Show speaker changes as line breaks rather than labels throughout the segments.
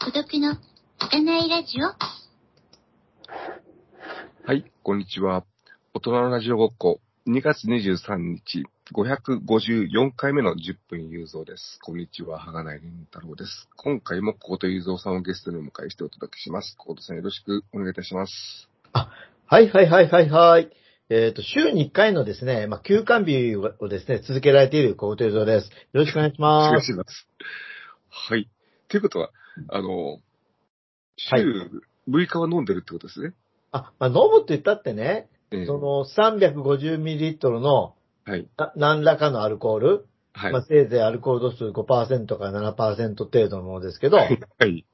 孤独のつかないラジオ
はい、こんにちは。大人のラジオごっこ、2月23日、554回目の10分雄三です。こんにちは、はがないりんたろうです。今回もコート雄三さんをゲストにお迎えしてお届けします。コートさんよろしくお願いいたします。
はいはいはいはいはい。えっ、と、週に1回のですね、まあ、休館日をですね、続けられている小手蔵です。よろしくお願いし
お願
ま
いし
す。
ます。はい。ということは、あの、
はい
週6日は飲んでるってことですね。
あ、まあ、飲むって言ったってね、
ええ
その 350ml の
はい。
な何らかのアルコール、
はい。
まあ、せいぜいアルコール度数5%から7%程度のものですけど、
はい。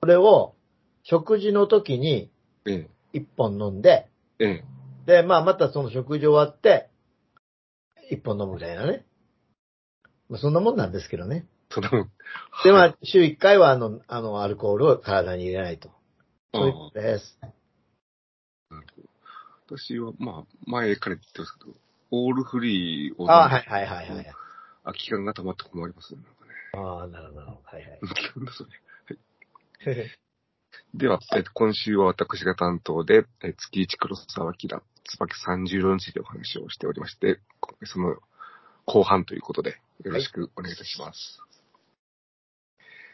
これを食事の時に
ええ。
1本飲んで、
ええ。
で、まあ、またその食事終わって、1本飲むみたいなね。まあ、そんなもんなんですけどね。
その、はい
で、まあ、週1回は、あの、あの、アルコールを体に入れないと。そういうことです。
私は、まあ、前から言ってますけど、オールフリーを飲んで、
ああ、はいはいはいはい。
空き缶が溜まって困りますね。 なんかね。
ああ、なるほどなるほど。はいはい。
空き缶だ、それ。 では、えっと、今週は私が担当で、えー月一黒沢明、椿三十郎についてお話をしておりまして、今回その後半ということで、よろしくお願いいたします。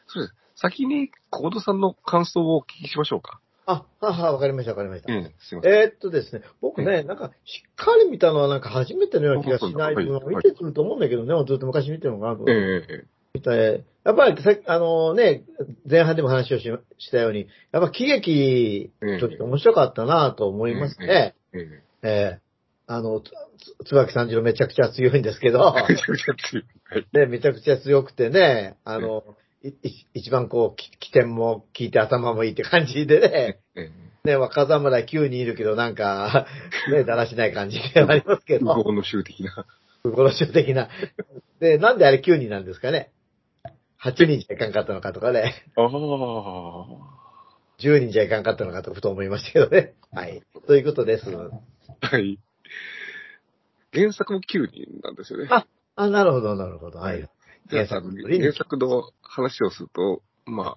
そうです。先に、小戸さんの感想をお聞きしましょうか。
あ、はは、わかりましたわかりました。
うん、すいません。
えーっとですね、僕ね、なんか、しっかり見たのはなんか初めてのような気がしない。
はい
まあ見てくると思うんだけどね、ずっと昔見てるのかなと。
ええええ
やっぱりさあのね、前半でも話をししたように、やっぱ喜劇、
ええ
ちょっと面白かったなと思いますね。
ええ
ええあの、つつ椿三次郎めちゃくちゃ強いんですけど。
めちゃくちゃ強い。はい。
ね、めちゃくちゃ強くてね、あの、いい一番こう、き起点も効いて頭もいいって感じでね、
ええ
ね、若侍9人いるけどなんか、ね、だらしない感じではありますけ
不
ど、
合の衆的な。
殺し的な。で、なんであれ9人なんですかね ?8 人じゃいかんかったのかとかね、
ああ。
10人じゃいかんかったのかとふと思いましたけどね。はい。ということです。
はい。原作も9人なんですよね。
ああ、なるほど、なるほど。はい。
原
原
作
作
原作の話をすると、まあ、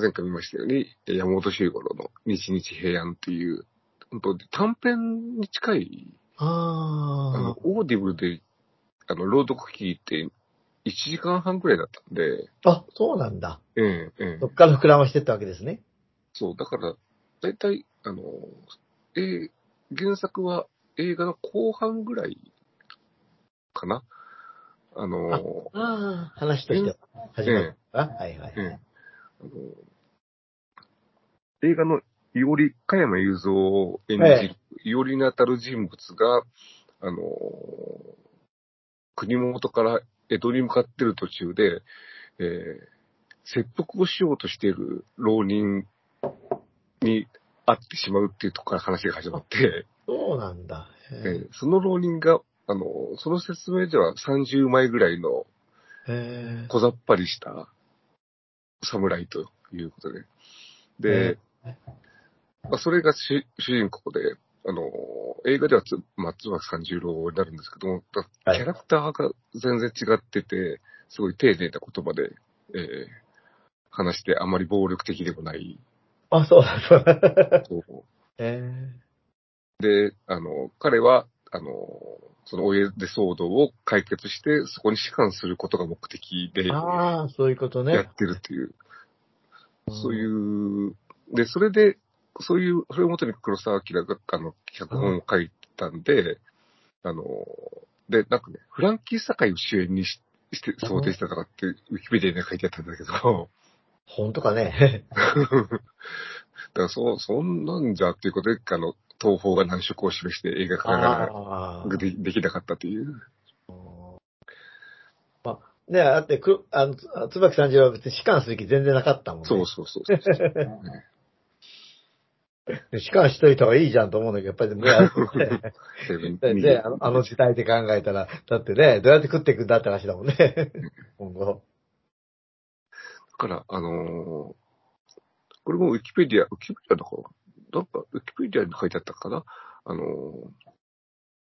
前回見ましたように、山本周五郎の日日平安っていう、本当に短編に近い、あ
あ
の、オーディブルで、あの、朗読聞いて、1時間半くらいだったんで、
あ。あ、そうなんだ。
ええ、ええ
そ、っから膨らましてったわけですね。
そう、だから、だいたい、あの、えー原作は映画の後半ぐらいかなあの、
ああ、話としては始まるのか、はいはい。
ええあの映画のいおり、加山雄三を演じる、いおりにあたる人物が、あの、国元から江戸に向かってる途中で、えー切腹をしようとしている浪人に会ってしまうっていうところから話が始まって、
そうなんだ。へ
え
え
ーその浪人が、あの、その説明では30枚ぐらいの
へえ
小ざっぱりした侍ということで。で、まあ、それが主主人公で、あの、映画ではつ、まあ、椿三十郎になるんですけども、だ
はい
キャラクターが全然違ってて、すごい丁寧な言葉で、えー話してあまり暴力的でもない。
あ、そうだ、そうだ。
こ
え
うで、あの、彼は、あの、そのお家で騒動を解決して、そこに志願することが目的で
えああ、そういうこと
や
ね
っ。てるっていう。そういう、で、それで、そういう、それをもとに黒沢明が、あの、脚本を書いたんで、あの、で、なんかね、フランキー堺を主演にしして、想定してたからって、ウィキペディアに書いてあったんだけど、
本当かね。
だから、そう、そんなんじゃっていうことで、あの、東宝が難色を示して映画化が
ああ。
でできなかったという。
ねだってく、あの、つ椿三十郎は別に士官する気全然なかったもんね。
そうそうそうそう。
う。士官しといた方がいいじゃんと思うんだけど、やっぱ りね、
セブン
ねねあのあの時代で考え たら、だってね、どうやって食っていくんだって話だもんね。今後。
から、あのーこれもウィキペディア、ウィキペディアだから、なんか、ウィキペディアに書いてあったかなあのー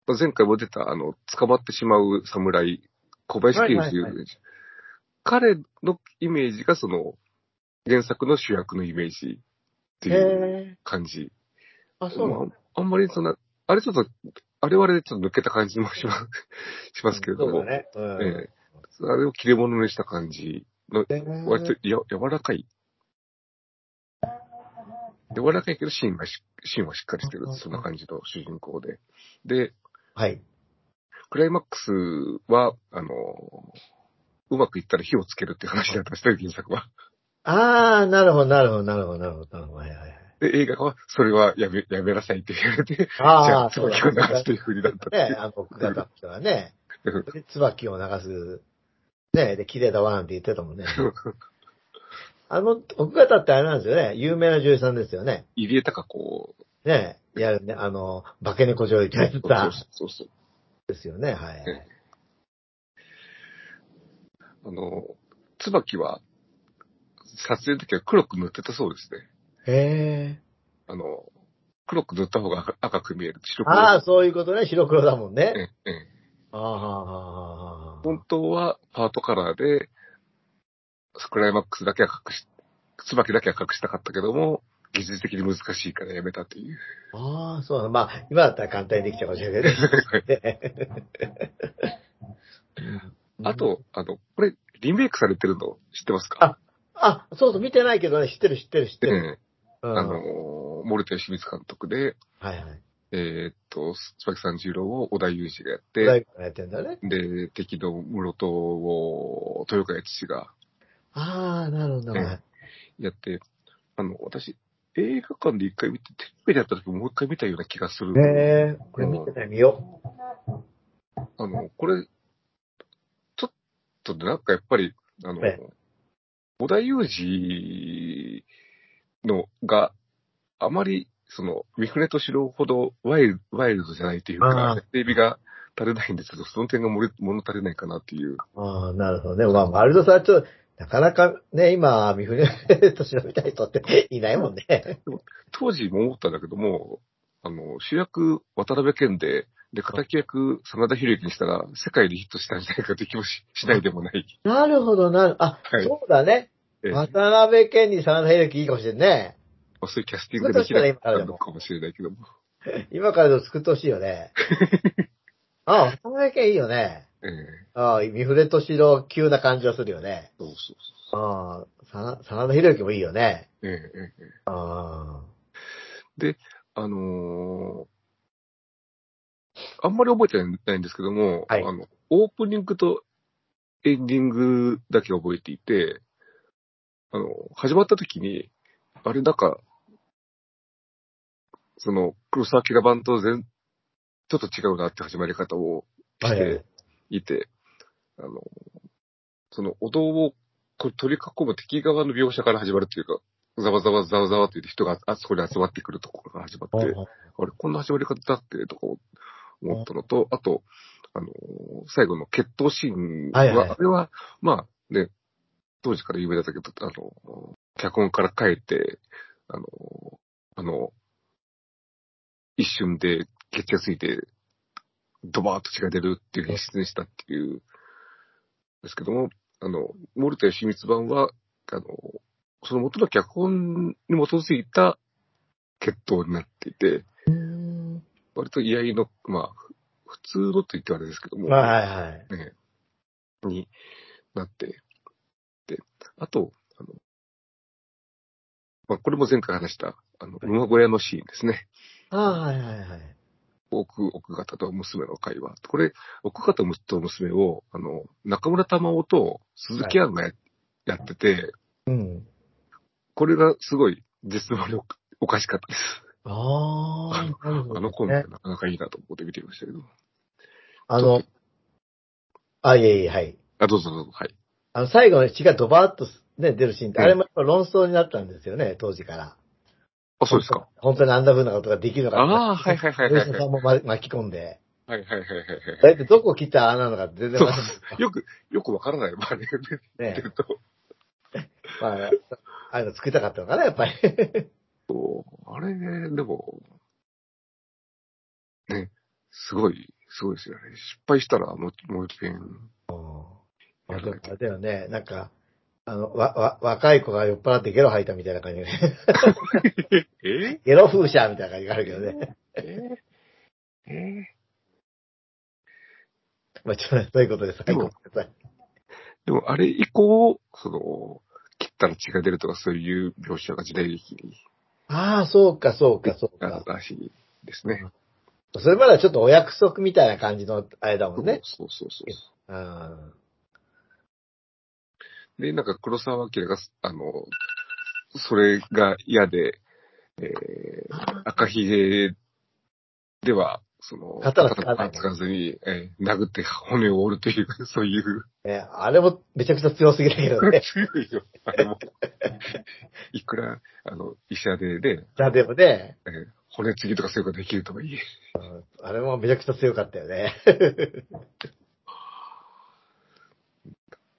まあ前回も出た、あの、捕まってしまう侍、小林圭司という、
はいはい
彼のイメージがその、原作の主役のイメージっていう
へえ。
感じ。
あ、そうな
ま
の
あ、あんまりそんな、あれちょっと、あれはあれでちょっと抜けた感じもします、しますけれど
そ
も
うだ、ね。うん
ええあれを切れ物にした感じの
へえ
割とや柔らかい。柔らかいけど芯がし、芯はしっかりしてる
うん。
そんな感じの主人公で。で、
はい。
クライマックスは、あの、うまくいったら火をつけるっていう話だったんですね、原作は。
ああ、なるほど、なるほど、なるほど、なるほど、なるほど。はいはいはい。
で、映画は、それはやめ、やめなさいって言われて、じゃ
あ
あ、
あ、そう
椿
だ
を流すという風になったってい
ね、
う。
あの、福田だったらね
うん、
で椿を流す、ね、で、綺麗だわなんて言ってたもんね。あの、奥方ってあれなんですよね。有名な女優さんですよね。
入江隆子。
ね、いや、ね、あの、化け猫女優ってやってた。
そうそうそう。
ですよね、はい。
あの、椿は、撮影の時は黒く塗ってたそうですね。
へえ。
あの、黒く塗った方が赤赤く見える。白 く見える。
ああ、そういうことね、白黒だもん
え
ね。
えええ
ああ、はあ、はあ、は
本当はパートカラーで、クライマックスだけは隠し、椿だけは隠したかったけども、技術的に難しいからやめたって いう。
あ。ああ、そうなの。まあ、今だったら簡単にできちゃうかもしれないけどね。
あ、と、あの、これ、リメイクされてるの知ってます
あ
か
あ、そうそう、見てないけどね、知ってる、知ってる、知って
え
る。
え
うん
あの、森田清水監督で、
はいはい。
えーっと、椿三十郎を小田裕二がやっ
ドライ
て、
ブがやってんだね。
で、敵の室戸を豊川悦司が
ああ、なるほど。
えやって、あの、私、映画館で一回見て、テレビでやった時もう一回見たような気がする。
ねえ、これ見てない、見よ
あの、これ、ちょっとねなんかやっぱり、あの
え、
小田裕二のがあまり、その、三船敏郎ほどワイルワイルドじゃないという
あ
か
あ、
テレビが足りないんですけど、その点が物物足りないかなっていう。
う。ああ、なるほどね。まあ、ワールドさん、ちょっと、なかなかね、今、三船と調べたい人っていないもんね。
当時も思ったんだけども、あの、主役渡辺謙で、で、仇役真田広之にしたら、世界でヒットしたんじゃないかって気もししないでもない。
なるほど、なる、あ、
はい
そうだね。
ええ
渡辺県に真田広樹いいかもしれんね。
まあそういうキャスティングができなかったのかもしれないけども。
今からでも作ってほしい よね。ああ、渡辺県いいよね。
ええ
ああ、三船敏郎急な感じはするよね。
そうそうそ
ああ、さ真田広樹もいいよね。
う。ええええ
あ
あのーあんまり覚えてないんですけども、
はい
あの、オープニングとエンディングだけ覚えていて、あの、始まった時に、あれなんか、その、黒沢明版と全、ちょっと違うなって始まり方を
あ、
して、いて、あの、そのお堂をこう取り囲む敵側の描写から始まるっていうか、ざわざわざわざわって言って人があそこに集まってくるところから始まって、
ああ
あれ、こんな始まり方だって、とか思ったのと、あと、あのー、最後の決闘シーンは、
はいはい
あれは、まあね、当時から有名だったけど、あの、脚本から変えて、あのー、あの、一瞬で決着ついて、ドバーッと血が出るっていう出演したっていう、ですけども、あの、森田清光版は、あの、その元の脚本に基づいた決闘になっていて、
うーん
割と居合の、まあ、ふ普通のと言ってはあれですけども、
はいはいはい。
になって、で、あと、あの、まあ、これも前回話した、あの、馬小屋のシーンですね。
ああ、はいはいはい。
奥、奥方と娘の会話。これ、奥方と娘を、あの、中村玉緒と鈴木杏がや,、やってて、
うん。
これがすごい絶望におおかしかったです。
ああ、なるほど。
あのコンビ
ね
が。なかなかいいなと思って見てみましたけど。
あの、あ、いえいえ、はい。
あ、どうぞどうぞ、はい。
あの、最後の血がドバーッとね、出るシーンって、
うん
あれもやっぱ論争になったんですよね、当時から。
あ、そうですか。
本当にあんな風なことができるのかって
ああ、はいはいはいはいはい。
吉野さんもま巻き込んで。
はいはいはいはいはい。
だいたいどこ切ったらああなのかって全然
そう
わかんない。
よく、よくわからない。まあね、
ね
言ってると。
まあ、ああいうの作りたかったのかな、やっ ぱり。
あれね、でも、ね、すごい、すごいですよね。失敗したらもう、もう一遍。
まあでもあれだよね、なんか、あの、わ、わ、若い子が酔っ払ってゲロ吐いたみたいな感じで、 ね、
え
ゲロ風車みたいな感じがあるけどね。
ええ
まあちょっとそういうことです。はい、ごめんなさい。
でもあれ以降、その、切ったら血が出るとかそういう描写が時代劇に
ああ、そうか、そうか、そう
あっ
か。
たらしいですね。
それまではちょっとお約束みたいな感じのあれだもんね。
そうそうそうそ
うん。
う。で、なんか黒沢明が、あの、それが嫌で、えー、赤ひげでは、その、
刀は使わない
刀は使わずに、えー殴って骨を折るという、 そういう、
ね、あれもめちゃくちゃ強すぎるけど ね。
強いよ、あれも。いくら、あの、医者でね、
だでもね、
えー骨継ぎとかそういうことできるともいい。
あれもめちゃくちゃ強かったよね。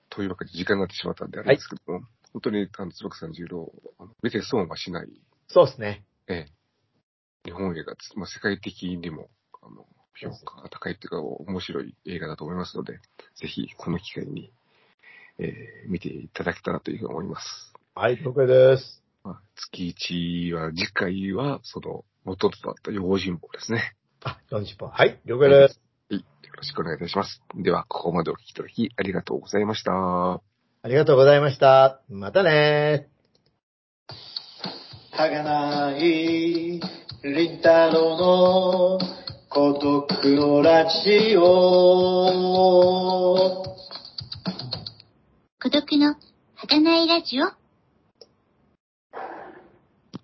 というわけで時間になってしまったんであれですけども、本当に、あの、椿さん十郎、あの見て損はしない、
そうですね。
ええ、日本映画つ、まあ、世界的にも、あの、評価が高いというか、面白い映画だと思いますので、ぜひ、この機会に、えー見ていただけたらというふうに思います。
はい、得意です。
まあ、月1は、次回は、その、元となった用心棒ですね。
あ、40分。はい、了解です。
はい。よろしくお願いいたします。では、ここまでお聞きいただき、ありがとうございました。
ありがとうございました。またね
はがない、りんたろうの孤独のラジオ。
孤独の儚いラジオ